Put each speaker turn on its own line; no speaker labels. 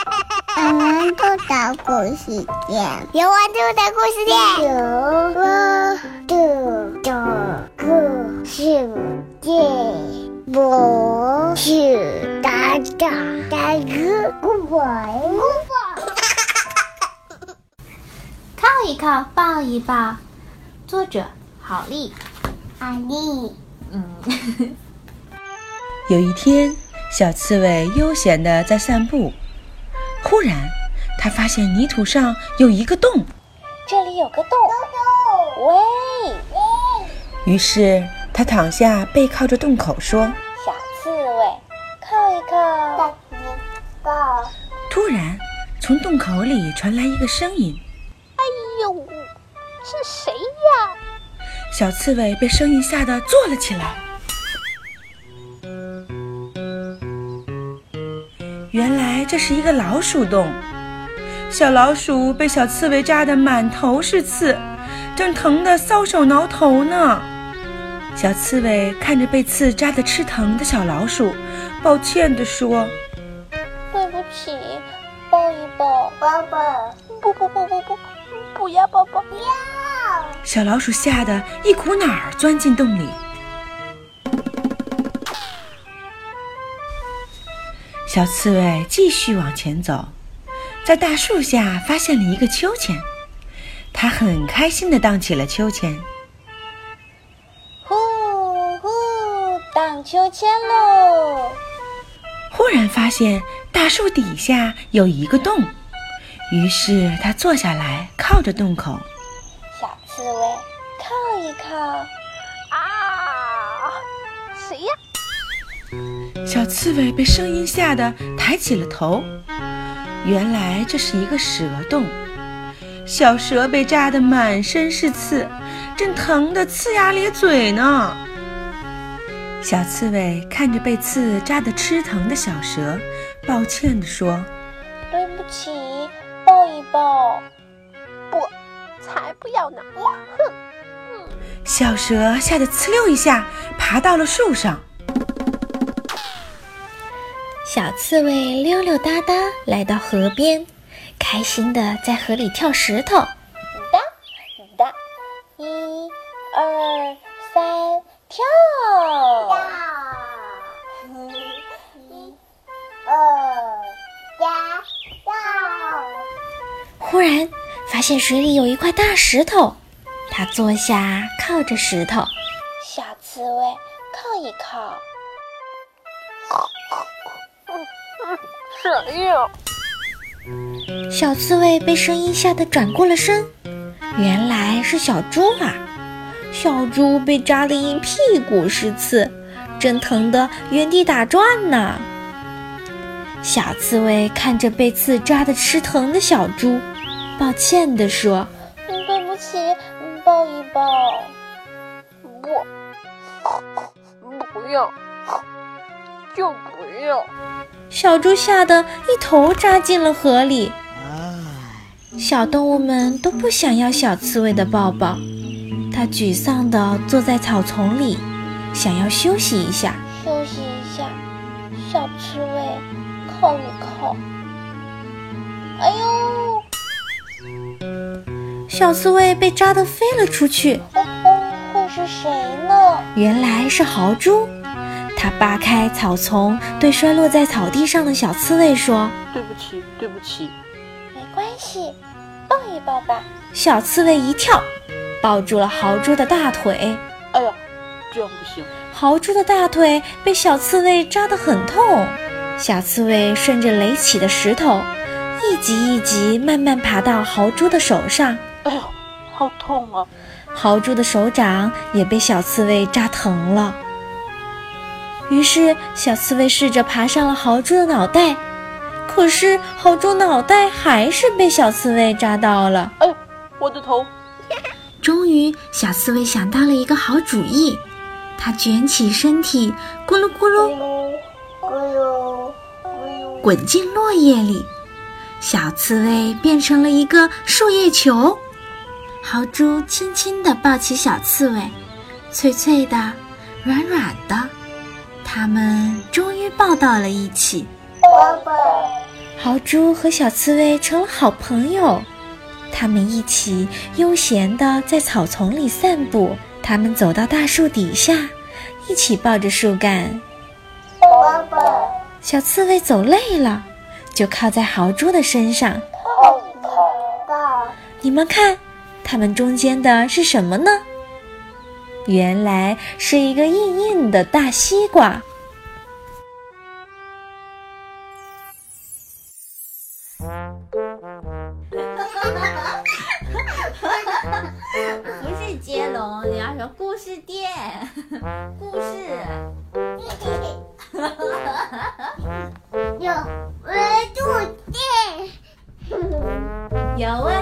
晚安兔的故事店，有晚兔的故事店，有晚兔的故事店，我是大大大哥姑婆，姑婆，
靠一靠，抱一抱。作者：郝丽。
阿丽，
嗯，
有一天，小刺猬悠闲地在散步，忽然，它发现泥土上有一个洞，
这里有个洞，喂，
于是它躺下，背靠着洞口说。
小刺猬，靠一靠，
大哥哥，
突然，从洞口里传来一个声音，
哟，是谁呀？
小刺猬被声音吓得坐了起来。原来这是一个老鼠洞，小老鼠被小刺猬扎得满头是刺，正疼得搔首挠头呢。小刺猬看着被刺扎得吃疼的小老鼠，抱歉地说
对不起，抱一抱，
宝宝，
不不不不不，不要抱抱。：“
小老鼠吓得一股脑儿钻进洞里。”小刺猬继续往前走，在大树下发现了一个秋千，它很开心地荡起了秋千。
呼呼，荡秋千喽！
忽然发现大树底下有一个洞，于是他坐下来，靠着洞口。
小刺猬，靠一靠，啊，谁呀？
小刺猬被声音吓得抬起了头，原来这是一个蛇洞。小蛇被扎得满身是刺，正疼得呲牙咧嘴呢。小刺猬看着被刺扎得吃疼的小蛇，抱歉地说。
对不起，抱一抱。不，才不要呢！
小蛇吓得呲溜一下爬到了树上。
小刺猬溜溜达达来到河边，开心的在河里跳石头。
哒哒，一、二、三，跳！
一、二、三、到。
忽然发现水里有一块大石头，它坐下，靠着石头。
小刺猬靠一靠。谁呀？
小刺猬被声音吓得转过了身，原来是小猪啊！小猪被扎了一屁股是刺，正疼得原地打转呢。小刺猬看着被刺扎得吃疼的小猪，抱歉地说
嗯对不起，嗯抱一抱。不，不要，就不要。：“
小猪吓得一头扎进了河里。”小动物们都不想要小刺猬的抱抱，它沮丧地坐在草丛里，想要休息一下。
休息一下，小刺猬靠一靠。哎呦，
小刺猬被扎得飞了出去，
哦哦，会是谁呢？
原来是豪猪。它扒开草丛，对摔落在草地上的小刺猬说
对不起，对不起，
没关系，抱一抱吧。：“
小刺猬一跳，抱住了豪猪的大腿。
哎呀，这样不行。
豪猪的大腿被小刺猬扎得很痛。小刺猬顺着垒起的石头，一级一级慢慢爬到豪猪的手上。
哎呦，好痛啊！
豪猪的手掌也被小刺猬扎疼了。于是，小刺猬试着爬上了豪猪的脑袋，可是豪猪脑袋还是被小刺猬扎到了。
哎呦，我的头！
终于，小刺猬想到了一个好主意，它卷起身体，咕噜咕噜
咕噜咕噜
滚进落叶里。小刺猬变成了一个树叶球，豪猪轻轻地抱起小刺猬，脆脆的，软软的，它们终于抱到了一起。
宝宝，
豪猪和小刺猬成了好朋友，他们一起悠闲地在草丛里散步。他们走到大树底下，一起抱着树干。
爸爸，
小刺猬走累了，就靠在豪猪的身上。
靠一靠，
你们看，它们中间的是什么呢？原来是一个硬硬的大西瓜。
不是接龙，你要说故事店，故事
eh,
有呃，肚子。
有问